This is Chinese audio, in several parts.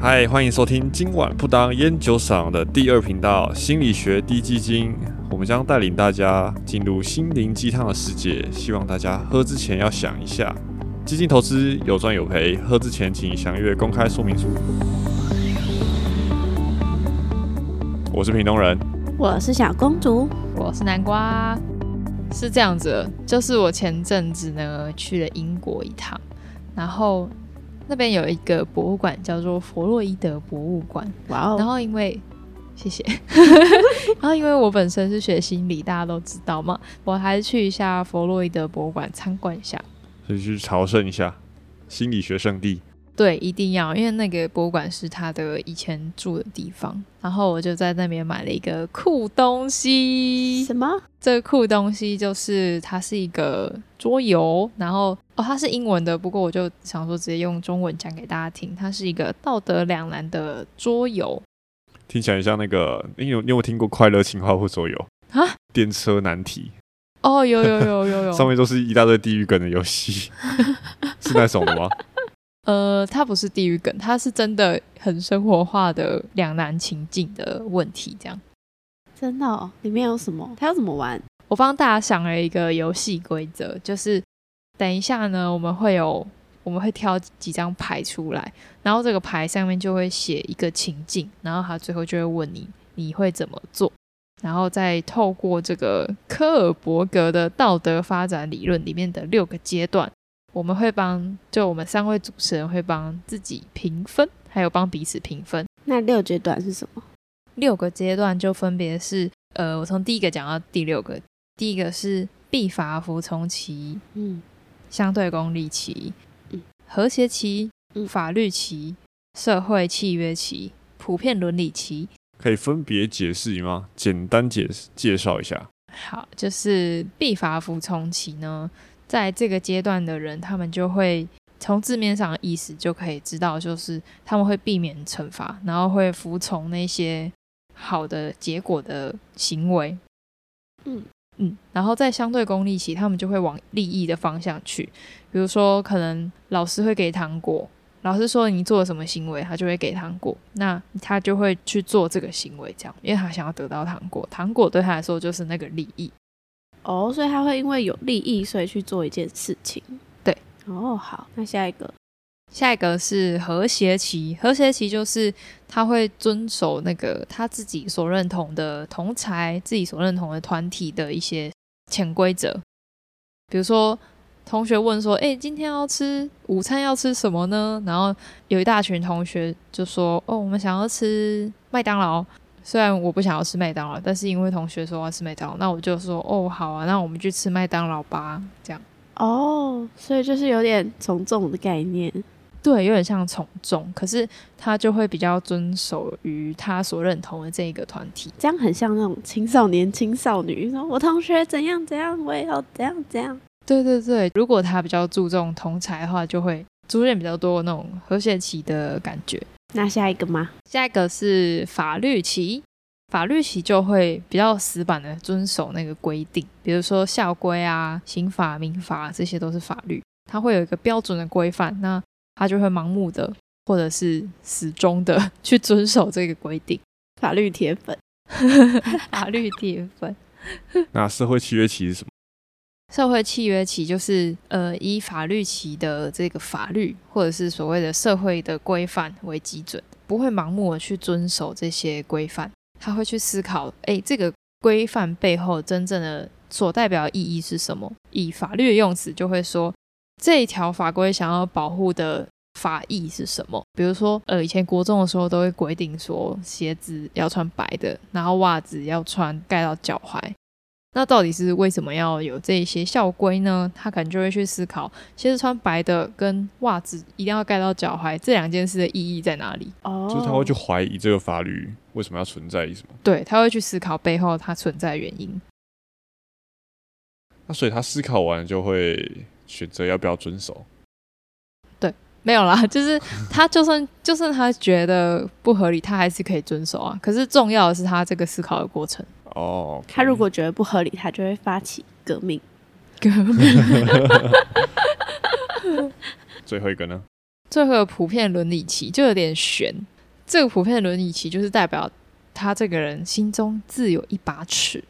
嗨，欢迎收听今晚不当烟酒赏的第二频道心理学低基金，我们将带领大家进入心灵鸡汤的世界，希望大家喝之前要想一下，基金投资有赚有赔，喝之前请详阅公开说明书。我是屏东人，我是小公主，我是南瓜。是这样子的，就是我前阵子呢去了英国一趟，然后那边有一个博物馆叫做弗洛伊德博物馆，哇哦，然后因为谢谢， 然后因为我本身是学心理，大家都知道嘛，我还是去一下弗洛伊德博物馆参观一下。所以去朝圣一下心理学圣地。对，一定要，因为那个博物馆是他的以前住的地方，然后我就在那边买了一个酷东西。什么？这个酷东西就是它是一个桌游，然后哦，它是英文的，不过我就想说直接用中文讲给大家听。它是一个道德两难的桌游听起来像那个，你有你有没有听过快乐情话或所有啊。电车难题？哦，有有有 有上有，面都是一大堆地狱梗的游 戏，是那种的吗？呃，它不是地狱梗，它是真的很生活化的两难情境的问题。这样，真的、哦？里面有什么？它要怎么玩？我帮大家想了一个游戏规则，就是等一下呢，我们会有我们会挑几张牌出来，然后这个牌上面就会写一个情境，然后他最后就会问你你会怎么做，然后再透过这个科尔伯格的道德发展理论里面的六个阶段，我们会帮就我们三位主持人会帮自己评分，还有帮彼此评分。那六阶段是什么？六个阶段就分别是，呃，我从第一个讲到第六个。第一个是必罚服从期、嗯，相对公理期、嗯和谐期、嗯法律期、社会契约期、普遍伦理期。可以分别解释一吗？简单解释介绍一下。好，就是必罚服从期呢，在这个阶段的人，他们就会从字面上的意思就可以知道，就是他们会避免惩罚，然后会服从那些好的结果的行为。嗯嗯，然后在相对功利期，他们就会往利益的方向去，比如说可能老师会给糖果。老师说你做了什么行为，他就会给糖果，那他就会去做这个行为，这样，因为他想要得到糖果，糖果对他来说就是那个利益。哦，所以他会因为有利益，所以去做一件事情。对，哦，好，那下一个，下一个是和谐期，和谐期就是他会遵守那个他自己所认同的同才、自己所认同的团体的一些潜规则。比如说，同学问说：“哎、今天要吃午餐要吃什么呢？”然后有一大群同学就说：“哦，我们想要吃麦当劳。”虽然我不想要吃麦当劳，但是因为同学说要吃麦当劳，那我就说：“哦，好啊，那我们去吃麦当劳吧。”这样。哦，所以就是有点从众的概念。对，有点像从众，可是他就会比较遵守于他所认同的这一个团体。这样很像那种青少年、青少女，说我同学怎样怎样，我也要怎样怎样。对对对，如果他比较注重同才的话，就会出现比较多那种和谐期的感觉。那下一个吗？下一个是法律期，法律期就会比较死板的遵守那个规定，比如说校规啊、刑法、民法，这些都是法律，它会有一个标准的规范，那他就会盲目的或者是死忠的 去遵守这个规定。法律铁粉。 法律铁粉。那社会契约期是什么？社会契约期就是呃以法律期的这个法律或者是所谓的社会的规范为基准，不会盲目的去遵守这些规范，他会去思考，哎、这个规范背后真正的所代表的意义是什么？以法律的用词就会说，这一条法规想要保护的法益是什么？比如说，呃，以前国中的时候都会规定说，鞋子要穿白的，然后袜子要穿盖到脚踝。那到底是为什么要有这些校规呢？他可能就会去思考，鞋子穿白的跟袜子一定要盖到脚踝这两件事的意义在哪里？哦，就是他会去怀疑这个法律为什么要存在意思吗？对他会去思考背后它存在的原因。那所以他思考完就会选择要不要遵守。没有啦， 就是他就算就算他觉得不合理，他还是可以遵守啊。可是重要的是他这个思考的过程。哦，他如果觉得不合理，他就会发起革命。革命最后一个呢？最后有普遍伦理期，就有点悬。这个普遍伦理期就是代表他这个人心中自有一把尺，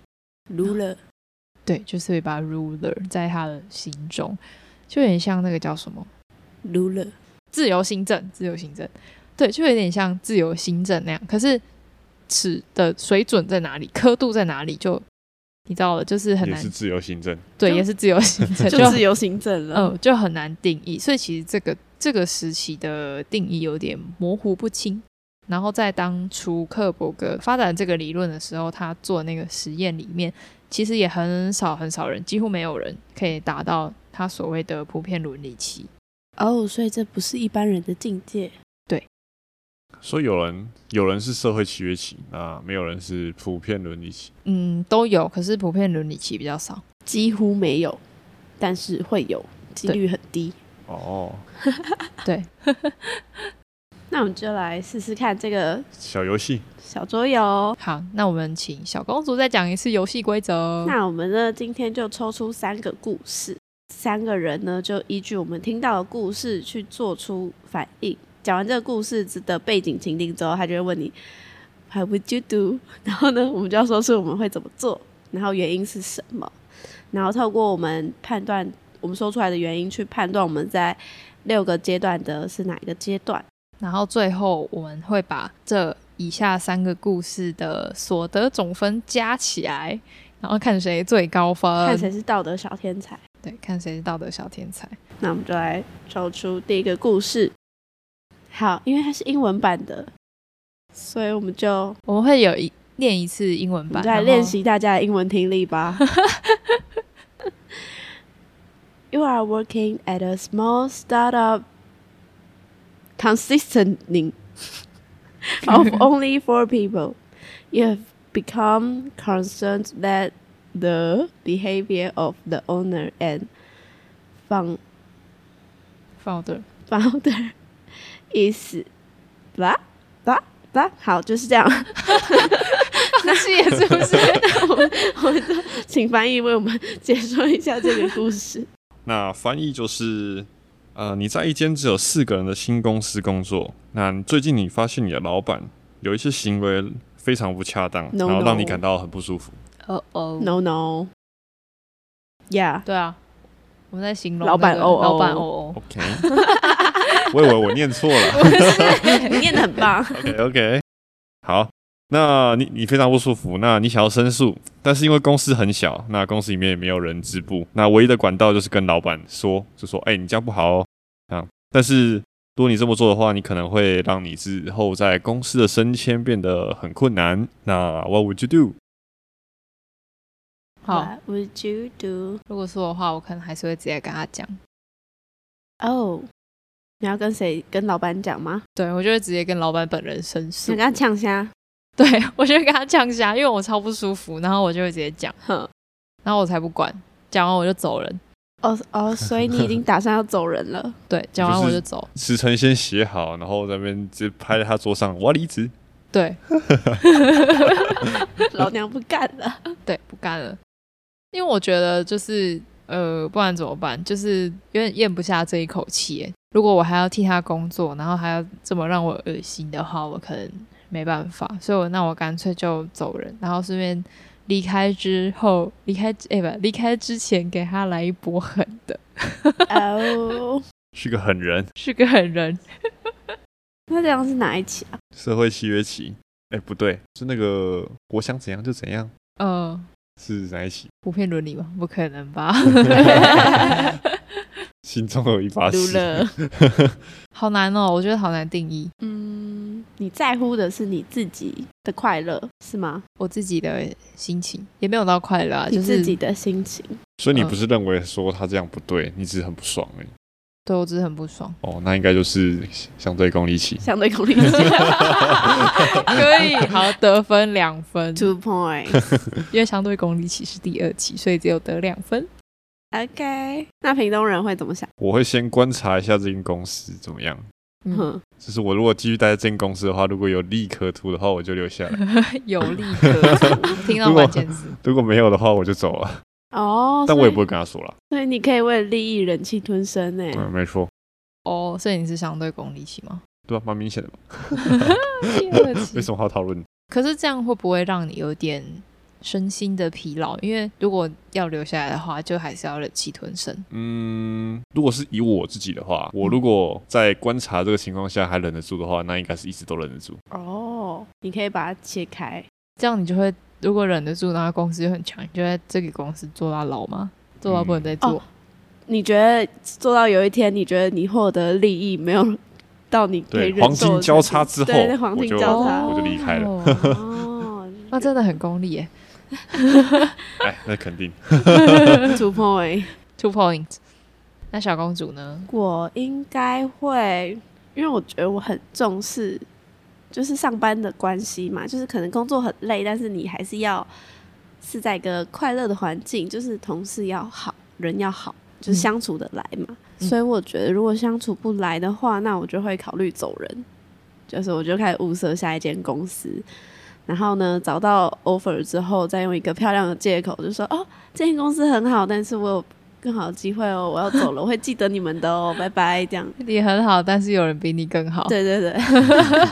撸了，对，就是有一把 ruler 在他的心中，就有点像那个叫什么撸了，自由行政，自由行政，对，就有点像自由行政那样。可是尺的水准在哪里，刻度在哪里，就你知道了，就是很也难是，自由行政，对，就也是自由行 政，就自由行政了。嗯，就很难定义。所以其实这个这个时期的定义有点模糊不清。然后在当初克伯格发展这个理论的时候，他做那个实验里面，其实也很少很少人，几乎没有人可以达到他所谓的普遍伦理期。哦，所以这不是一般人的境界。所以有人有人是社会契约期，那没有人是普遍伦理期。嗯，都有，可是普遍伦理期比较少。几乎没有，但是会有，几率很低。哦，对， 那我们就来试试看这个小游戏，小桌游。好，那我们请小公主再讲一次游戏规则。那我们呢，今天就抽出三个故事，三个人呢就依据我们听到的故事去做出反应。讲完这个故事的背景情境之后，他就会问你 “How would you do？” 然后呢，我们就要说出我们会怎么做，然后原因是什么，然后透过我们判断我们说出来的原因去判断我们在六个阶段的是哪一个阶段。然后最后我们会把这以下三个故事的所得总分加起来，然后看谁最高分，看谁是道德小天才。对，看谁是道德小天才。那我们就来抽出第一个故事。好，因为它是英文版的，所以我们就 我们会有一练一次英文我们版，就来然后练。习大家的英文听力吧。You are working at a small startup consisting of only four people. You have become concerned that the behavior of the owner and found founder， founder is blah blah blah，好，就是这样。 那是也是不是？我们我们就请翻译为我们解说一下这个故事。那翻译就是，呃，你在一间只有四个人的新公司工作，那你最近你发现你的老板有一些行为非常不恰当 No, 然后让你 no. 感到很不舒服。 哦哦 No no。Yeah， 对啊，我们在形容老板那个哦哦老板 哦哦， OK，我以为我念错了。你念的很棒。 OK OK，好，那你你非常不舒服，那你想要申诉，但是因为公司很小，那公司里面也没有人支部，那唯一的管道就是跟老板说，就说，哎、你这样不好哦，啊，但是如果你这么做的话，你可能会让你之后在公司的升迁变得很困难。那 What would you do？好， What would you do? 如果是我的话，我可能还是会直接跟他讲， Oh，你要跟谁跟老板讲吗？对我就会直接跟老板本人申诉想跟，他呛虾？对我就会跟他呛下，因为我超不舒服，然后我就会直接讲，哼。然后我才不管，讲完我就走人。哦哦，所以你已经打算要走人了？对，讲完就我是就走。辞呈先写好，然后在那边直接拍在他桌上，我要离职。对 老娘不干了。对，不干了，因为我觉得就是呃，不然怎么办？就是有点咽不下这一口气耶。如果我还要替他工作，然后还要这么让我恶心的话，我可能没办法。所以我那我干脆就走人，然后顺便离开之后，离开哎、不，离开之前给他来一波狠的，哦，是个狠人，是个狠人。 那这样是哪一期啊？社会契约期。哎、不对，是那个我想怎样就怎样，呃，是哪一期？普遍伦理吗？不可能 吧。 心中有一把撸尺。了。 好难哦，我觉得好难定义嗯，你在乎的是你自己的快乐是吗？我自己的心情，也没有到快乐啊，你就是自己的心情。所以你嗯不是认为说他这样不对，你只是很不爽而已。对我只是很不爽。哦，那应该就是相对功利期。相对 功利性 可以，好得分两分， two point。因为相对功利期是第二期，所以只有得两分。 OK，那屏东人会怎么想？我会先观察一下这间公司怎么样。嗯，哼，就是我如果继续待在这间公司的话，如果有利可图的话，我就留下来； 有利可图， 听到如果关键词。如果没有的话，我就走了。哦，但我也不所会以，跟他说了。所以你可以为了利益忍气吞声呢。欸嗯，没错。哦，所以你是相对功利期吗？对啊吧、蛮明显的嘛， 第二嗯期没什么好讨论。可是这样会不会让你有点身心的疲劳？因为如果要留下来的话，就还是要忍气吞声。嗯，如果是以我自己的话，嗯我如果在观察这个情况下还忍得住的话，那应该是一直都忍得住。哦，你可以把它切开，这样你就会，如果忍得住，然后公司又很强，你就在这个公司做到老吗？做到不能再做？嗯哦你觉得做到有一天，你觉得你获得利益没有到你可对，以忍受黄的程金度交叉之后，对对黄我金哦就交叉我就离开了。 了。 哦， 那真的很功利耶哎，那肯定。 two point， ，two point。那小公主呢？我应该会，因为我觉得我很重视，就是上班的关系嘛，就是可能工作很累，但是你还是要是在一个快乐的环境，就是同事要好，人要好，就是嗯相处得来嘛。嗯所以我觉得，如果相处不来的话，那我就会考虑走人，就是我就开始物色下一间公司。然后呢，找到 offer 之后，再用一个漂亮的借口，就说哦，这间公司很好，但是我有更好的机会哦，我要走了，我会记得你们的 哦，拜拜，这样。你很好，但是有人比你更好。对对对，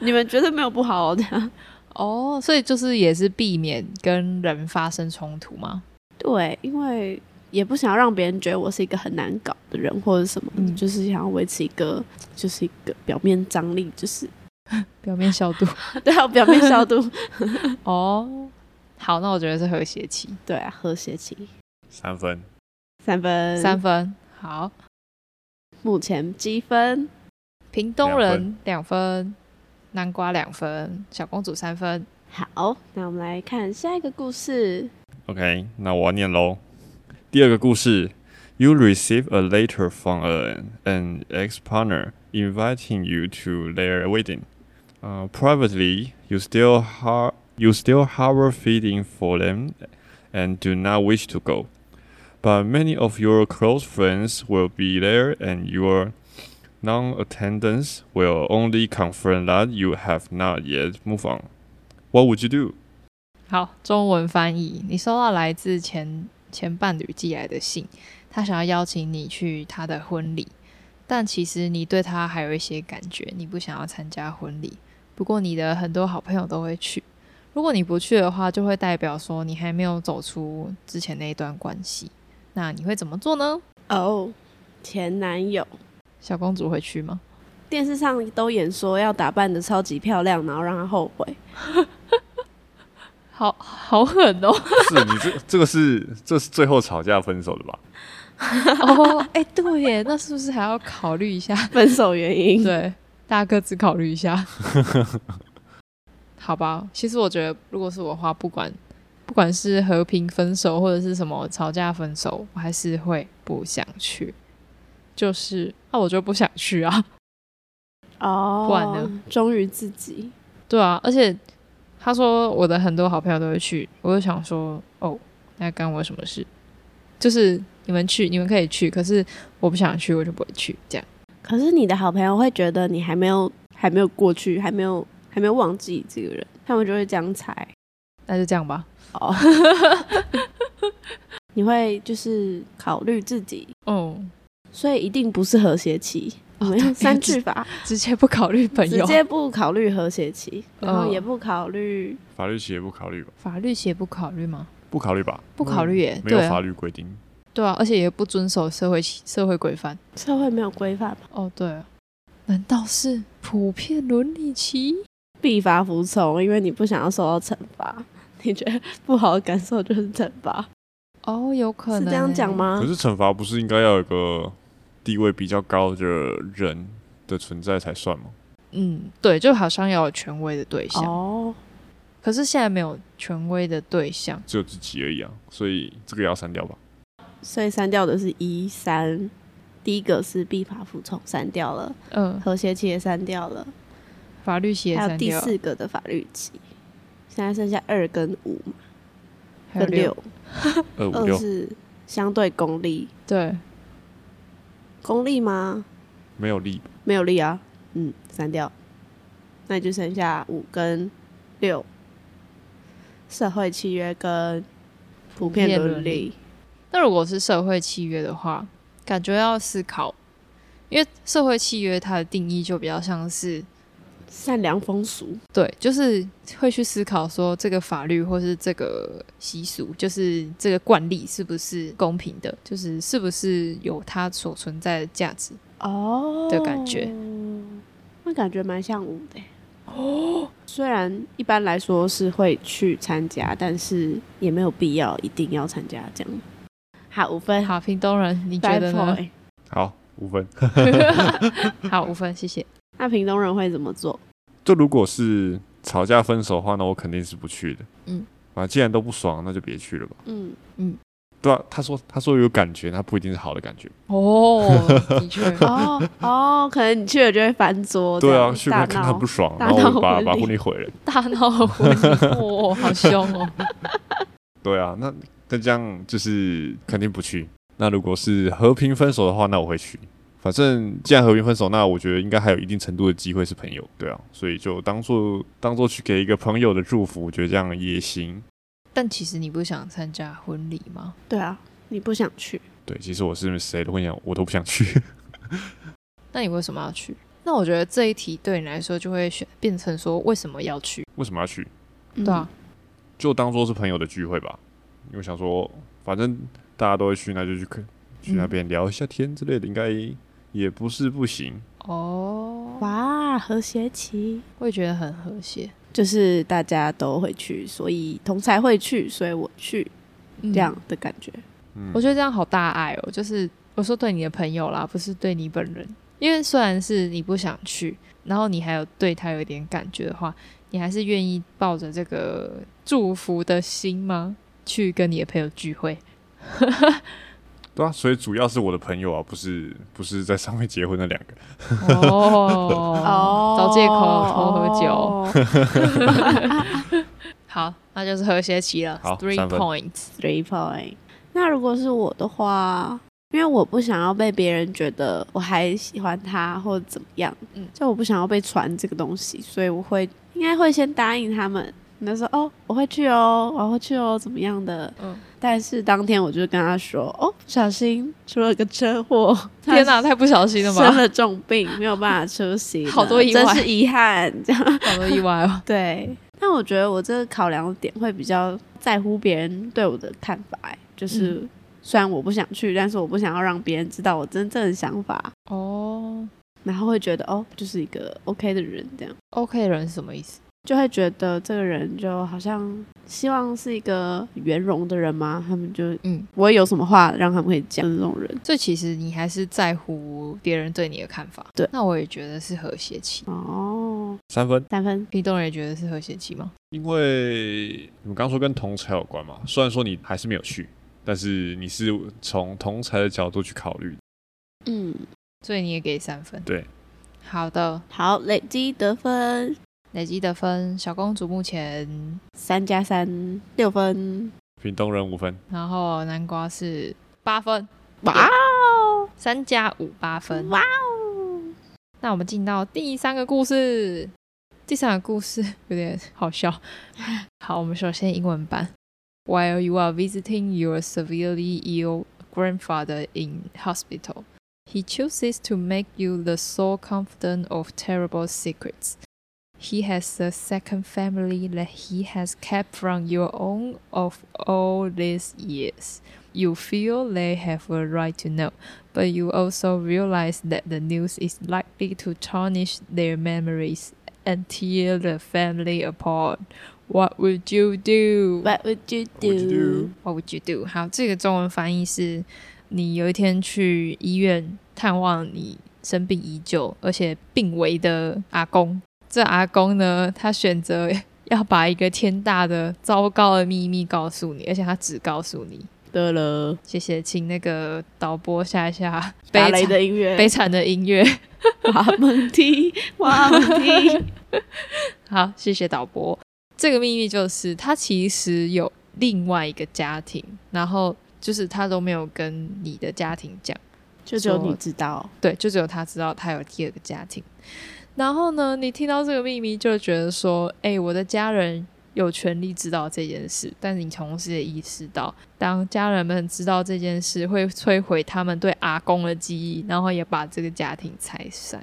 你们绝对没有不好、哦，这样。哦，所以就是也是避免跟人发生冲突吗？对，因为也不想让别人觉得我是一个很难搞的人或者什么，嗯就是想要维持一个就是一个表面张力，就是 表面消毒。对啊，表面消 毒， 哦，好，那我觉得是和谐期，对啊，和谐期三分，三分，三分。好，目前积分屏东人两分，南瓜两分，小公主三分。好，那我们来看下一个故事。 OK，那我要念喽。第二个故事，You receive a letter from a, an ex-partner inviting you to their wedding. Uh, privately, you still har you still harbor feeling for them and do not wish to go. But many of your close friends will be there, and your non-attendance will only confirm that you have not yet moved on. What would you do? 好，中文翻译，你收到来自前前伴侣寄来的信，他想要邀请你去他的婚礼，但其实你对他还有一些感觉，你不想要参加婚礼。不过你的很多好朋友都会去，如果你不去的话，就会代表说你还没有走出之前那一段关系。那你会怎么做呢？哦，前男友，小公主会去吗？电视上都演说要打扮的超级漂亮，然后让他后悔。好好狠哦！是你这这个是这是最后吵架分手的吧？哦，哎、对耶，那是不是还要考虑一下？ 分手原因，对，大家各自考虑 一下。好吧，其实我觉得，如果是我的话，不管不管是和平分手或者是什么吵架分手，我还是会不想去。就是，那、我就不想去啊。 哦，不然呢？忠于自己，对啊，而且他说我的很多好朋友都会去，我就想说，哦，那干我什么事？就是你们去，你们可以去，可是我不想去，我就不会去。这样，可是你的好朋友会觉得你还没有还没有过去，还没有还没有忘记这个人，他们就会这样猜。那就这样吧。哦， 你会就是考虑自己，哦嗯，所以一定不是和谐期。我们用哦对三句法，直接不考虑朋直友，接不考虑和谐期，然后嗯也不考虑法律企业不考虑吧？法律协不考虑吗？不考虑吧？不考虑耶，嗯没有对法啊，律规定。对啊，而且也不遵守社会起社会规范。社会没有规范吧，哦，对啊，难道是普遍伦理期？必罚服从，因为你不想要受到惩罚，你觉得不好的感受就是惩罚，哦，有可是能这样讲欸？吗可？是惩罚不是应该要有一个地位比较高的人的存在才算吗？嗯，对，就好像要有权威的对象，哦，可是现在没有权威的对象。只有自己而已啊，所以这个也要删掉吧？所以删掉的是一三，第一个是必罚服从删掉了，嗯、和谐期也删掉了，法律协还有删第掉，四个的法律期，现在剩下二跟五嘛，还有跟六，二五二六嗯是相对功利，对，功利吗？没有力，没有力啊，嗯，删掉，那就剩下五跟六，社会契约跟普遍遍伦伦理理，那如果是社会契约的话，感觉要思考，因为社会契约它的定义就比较像是善良风俗，对，就是会去思考说这个法律或是这个习俗，就是这个惯例是不是公平的，就是是不是有它所存在的价 值。哦的感觉，那感觉蛮像舞的欸哦。虽然一般来说是会去参加，但是也没有必要一定要参加这样。好，五分，好，屏东人，你觉拜得托呢？欸好，五分。 好，五分，谢谢。那屏东人会怎么做？就如果是吵架分手的话，那我肯定是不去的。嗯，啊，既然都不爽，那就别去了吧。 嗯，对啊，他说他说有感觉，他不一定是好的感觉。哦，的确，哦哦，可能你去了就会翻桌这对样，啊，去大看看他闹不。爽，大然后我闹就把婚把礼婚礼毁了。大闹婚礼，哦，好凶哦。对啊，那那这样就是肯定不去。那如果是和平分手的话，那我会去。反正既然和平分手，那我觉得应该还有一定程度的机会是朋友，对啊，所以就当做当做去给一个朋友的祝福，我觉得这样也行。但其实你不想参加婚礼吗？对啊，你不想去，对，其实我是谁都会想，我都不想去。 那你为什么要去？那我觉得这一题对你来说就会选变成说为什么要去？为什么要去？嗯对啊，，就当做是朋友的聚会吧。因为想说，反正大家都会去，那就去看去那边聊一下天之类的，应该也不是不行。哦，嗯哇，和谐期我也觉得很和谐，就是大家都会去，所以同才会去，所以我去嗯这样的感觉。嗯我，觉得这样好大爱哦。就是我说对你的朋友啦，不是对你本人，因为虽然是你不想去，然后你还有对他有一点感觉的话，你还是愿意抱着这个祝福的心吗？去跟你的朋友 聚会？对啊，所以主要是我的朋友啊，不是不是在上面结婚的两个。哦，找借口偷喝酒。 酒。好，那就是和谐期了好，three 三分 points。 Three point。那如果是我的话，因为我不想要被别人觉得我还喜欢他或者怎么样，嗯就我不想要被传这个东西，所以我会应该会先答应他们。那时候哦，我会去哦，我会去哦，怎么样的？嗯，但是当天我就跟他说，哦，不小心出了个车祸，天哪，太不小心了生吧！了重病，没有办法出席了，好多意外真是遗憾。这样好多意外 哦。对，但我觉得我这个考量的点会比较在乎别人对我的看法、欸就是、虽然我不想去，但是我不想要让别人知道我真正的想法，哦然后会觉得哦，就是一个 OK 的人，这样，OK 人是什么意思？就会觉得这个人就好像希望是一个圆融的人嘛，他们就嗯，不会有什么话让他们可以讲的那种人所以其实你还是在乎别人对你的看法。对那我也觉得是和谐期。哦。三分，三分，你动人也觉得是和谐期吗？因为你们刚说跟同才有关嘛，虽然说你还是没有去，但是你是从同才的角度去考虑。嗯，所以你也给三分。对，好的，好，累积得分累积得分，小公主目前，三加三六分，屏东人五分，然后南瓜是八分，哇哦，三加五八分。哇哦，那我们进到第三个故事，第三个故事有点好笑。好，我们首先英文版。While you are visiting your severely ill grandfather in hospital, he chooses to make you the sole confidant of terrible secrets. He has a second family that he has kept from your own of all these years. You feel they have a right to know but you also realize that the news is likely to tarnish their memories and tear the family apart. What would you do? What would you What would you do? What would you do？好，这个中文翻译是：你有一天去医院探望你生病已久而且病危的阿公。这阿公呢，他选择 要把一个天大的糟糕的秘密告诉你，而且他只告诉你。得了，谢谢，请那个导播下一下悲打惨雷的音乐，悲惨的音乐。 瓦蒙 踢，瓦蒙 踢，好，谢谢导播。这个秘密就是他其实有另外一个家庭，然后就是他都没有跟你的家庭讲，就只有你知道，对，就只有他知道他有第二个家庭。然后呢，你听到这个秘密就觉得说，哎、我的家人有权利知道这件事，但你同时也意识到，当家人们知道这件事，会摧毁他们对阿公的记忆，然后也把这个家庭拆散。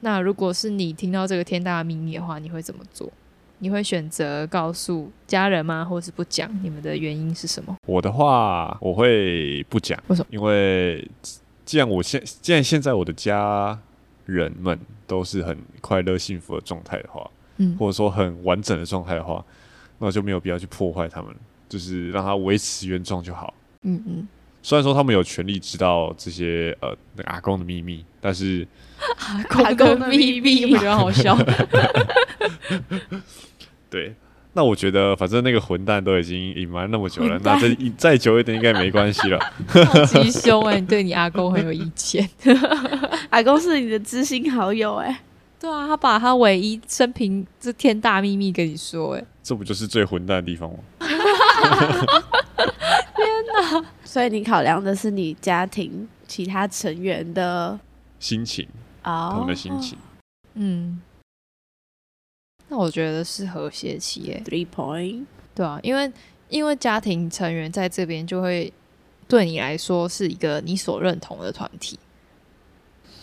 那如果是你听到这个天大的秘密的话，你会怎么做？你会选择告诉家人吗？或是不讲？你们的原因是什么？我的话，我会不讲，为什么？因为既然我现既然现在我的家人们都是很快乐幸福的状态的话，嗯或者说很完整的状态的话，那就没有必要去破坏他们，就是让它维持原状就好。嗯嗯，虽然说他们有权利知道这些呃那个阿公的秘密，但是 阿公的秘密我觉得好笑。对，那我觉得反正那个混蛋都已经隐瞒那么久了，混那蛋这一再久一点应该没关系了。 好鸡胸哎、你对你阿公很有意见。阿公是你的知心好友哎、对啊，他把他唯一生平这天大秘密跟你说哎、这不就是最混蛋的地方吗？所以你考量的是你家庭其他成员的心情，他哦们的心情。嗯，那我觉得是和谐期耶、 three point，对啊，因为因为家庭成员在这边就会对你来说是一个你所认同的团体，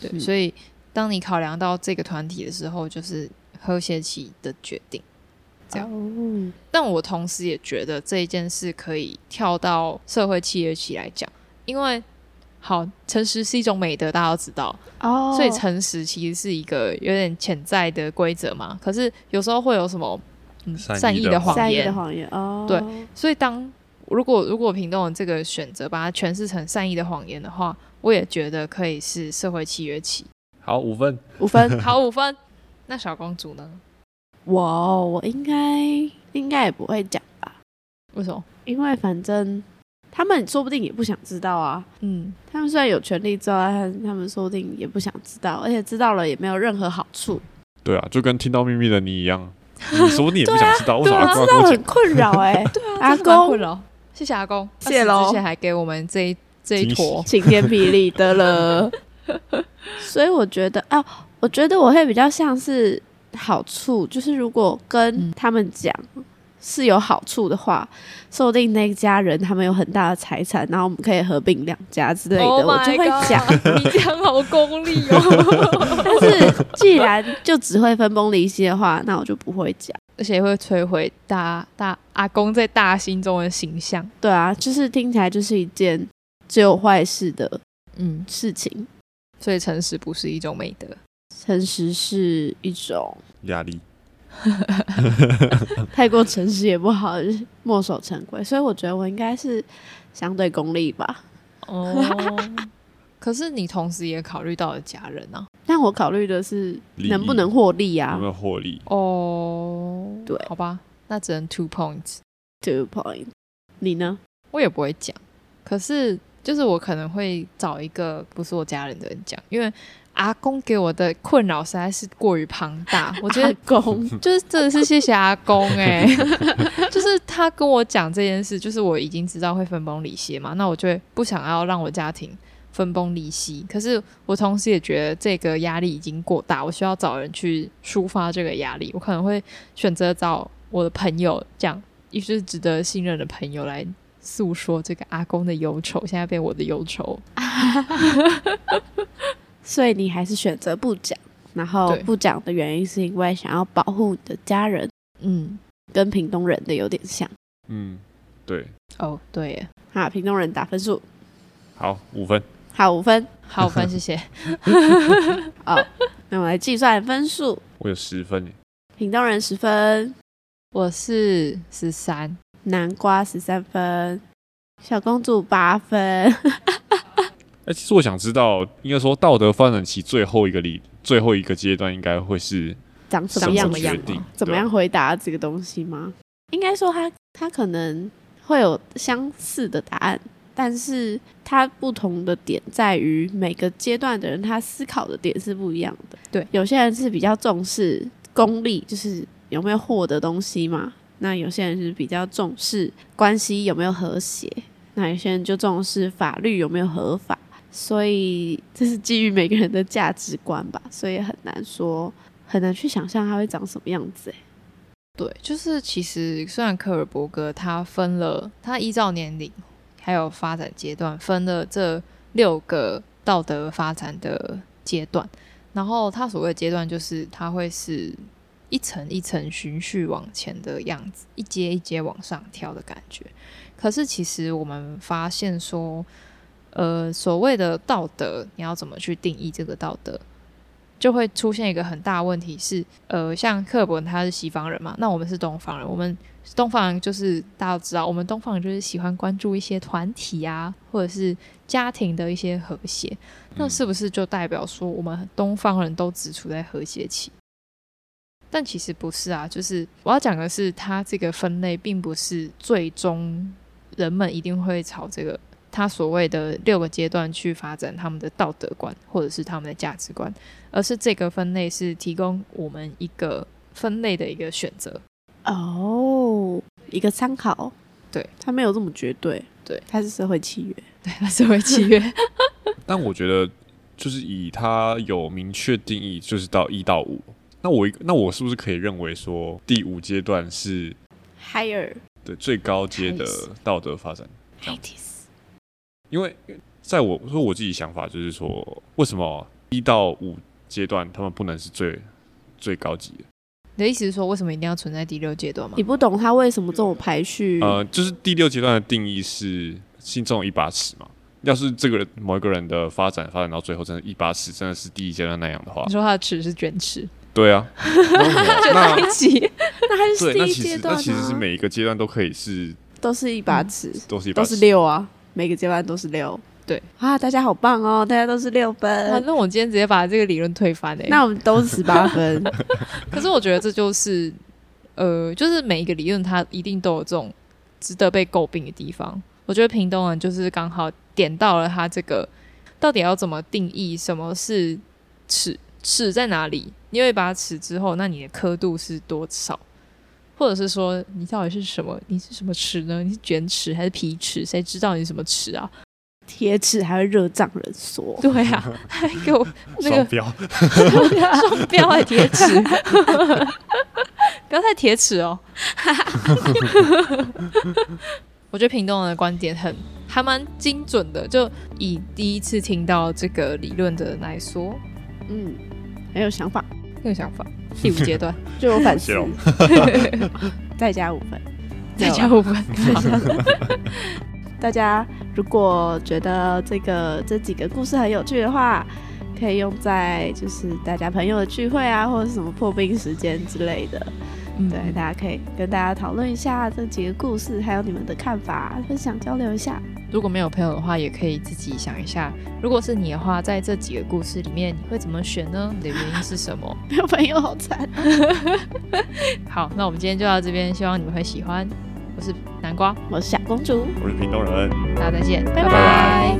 对，是所以当你考量到这个团体的时候，就是和谐期的决定。这样哦但我同时也觉得这一件事可以跳到社会契约期来讲，因为好，诚实是一种美德，大家都知道，哦，所以诚实其实是一个有点潜在的规则嘛。可是有时候会有什么、嗯、善意善意的的谎谎善意言的，谎言哦，对所以当如果如果屏东人这个选择把它诠释成善意的谎言的话，我也觉得可以是社会契 约期。好，五分。五分， 好，五分。那小公主呢？我哦我应该应该也不会讲吧，为什么？因为反正他们说不定也不想知道啊。嗯，他们虽然有权利知道，但他们说不定也不想知道，而且知道了也没有任何好处，对啊，就跟听到秘密的你一样，你说不定也不想知道，为对什么啊，要知跟道我很讲？ 困扰哎、对啊阿这个蛮公困扰。谢谢阿公，谢谢二十咯之前还给我们这一这一惊喜坨。晴天霹雳的了。 所以我觉得啊，我觉得我会比较像是好处，就是如果跟嗯他们讲。是有好处的话，说不定那一家人他们有很大的财产，然后我们可以合并两家之类的 Oh 我就 my 会 god，讲。你这样好功利 哦，但是既然就只会分崩离析的话，那我就不会讲。而且会摧毁大大阿公在大家心中的形象。对啊，就是听起来就是一件只有坏事的嗯，事情，所以诚实不是一种美德。诚实是一种压力，太过诚实也不好，就是墨守成规。所以我觉得我应该是相对功利吧，哦， 可是你同时也考虑到了家人啊。但我考虑的是利益能不能获利啊有没有获利？哦，对好吧，那只能 two points。 ，two point。你呢？我也不会讲，可是就是我可能会找一个不是我家人的人讲，因为阿公给我的困扰实在是过于庞大，我觉得阿公就是真的是谢谢阿公哎、 就是他跟我讲这件事，就是我已经知道会分崩离析嘛，那我就会不想要让我家庭分崩离析。可是我同时也觉得这个压力已经过大，我需要找人去抒发这个压力。我可能会选择找我的朋友讲，也是值得信任的朋友来诉说这个阿公的忧愁，现在变我的忧愁。所以你还是选择不讲。然后对啊不讲的原因是因为想要保护你的家人，嗯，跟屏东人的有点像。嗯，对，哦，对耶，好，屏东人打分数，好，五分。好五分。好，范，谢谢。哦，那我来计算分数，我有十分耶，屏东人十分，我是十三。南瓜十三分，小公主八分， 哎、其实我想知道，应该说道德发展期最后一个里最后一个阶段，应该会是长什什么样么子？决样定吗？怎么对啊样？回答这个东西吗？应该说他他可能会有相似的答案，但是他不同的点在于每个阶段的人他思考的点是不一样的。对，有些人是比较重视功利，就是有没有获得东西嘛。那有些人是比较重视关系有没有和谐，那有些人就重视法律有没有合法。所以这是基于每个人的价值观吧，所以很难说，很难去想象它会长什么样子、欸。对，就是其实虽然科尔伯格他分了，他依照年龄还有发展阶段分了这六个道德发展的阶段，然后他所谓的阶段就是他会是一层一层循序往前的样子，一阶一阶往上跳的感觉。可是其实我们发现说，呃，所谓的道德，你要怎么去定义这个道德？就会出现一个很大的问题是，呃，像克尔伯他是西方人嘛，那我们是东方人，我们东方人就是大家都知道，我们东方人就是喜欢关注一些团体啊，或者是家庭的一些和谐，那是不是就代表说我们东方人都只处在和谐期？但其实不是啊，就是我要讲的是，它这个分类并不是最终人们一定会朝这个他所谓的六个阶段去发展他们的道德观或者是他们的价值观，而是这个分类是提供我们一个分类的一个选择。 哦，一个参考。对，它没有这么绝对。对，它是社会契约。对，它是为 契约。啊但我觉得，就是以它有明确定义，就是到一到五。那我一个那我是不是可以认为说，第五阶段是 Higher 对最高阶的道德发展？这样 Hightest。因为因为在我说我自己想法就是说，为什么一到五阶段他们不能是最最高级的？你的意思是说，为什么一定要存在第六阶段吗你？不懂它为什么这种排序？呃，就是第六阶段的定义是心中有一把尺嘛。要是这个人某一个人的发展发展到最后，真的一把尺真的是第一阶段那样的话你，说他的尺是卷尺，对 啊，那为什么啊那一起那它对是，那第一其阶实段那啊其实是每一个阶段都可以是都是一把尺，都嗯是一把都是尺，六啊，每个阶段都是六。对啊，大家好棒哦，大家都是六反分，正我今天直接把这个理论推翻诶、 欸那我们都是十八 分。可是我觉得这就是，呃，就是每一个理论它一定都有这种值得被诟病的地方。我觉得屏东人就是刚好点到了他这个到底要怎么定义什么是尺，尺在哪里？你有一把尺之后，那你的刻度是多少？或者是说，你到底是什么？你是什么尺呢？你是卷尺还是皮尺？谁知道你是什么尺啊？铁齿还会热胀冷缩，对啊， 还给我那个双标， 双标还铁 齿，不要太铁齿哦。 我觉得屏东人的观点很还蛮精准的，就以第一次听到这个理论的人来说，嗯，很有想法，更有想法。第五阶 段就有反思谢哦喽，再加五分，再没有加啦 五分，大家如果觉得这个这几个故事很有趣的话，可以用在就是大家朋友的聚会啊，或者是什么破冰时间之类的。嗯对，大家可以跟大家讨论一下这几个故事，还有你们的看法，分享交流一下。 如果没有朋友的话，也可以自己想一下，如果是你的话，在这几个故事里面，你会怎么选呢？你的原因是什么？没有朋友好惨，好，那我们今天就到这边，希望你们会喜欢。我是南瓜，我是小公主，我是屏东人。大家再见，拜拜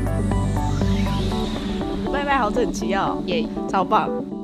拜拜，好整齐哦，耶。超棒。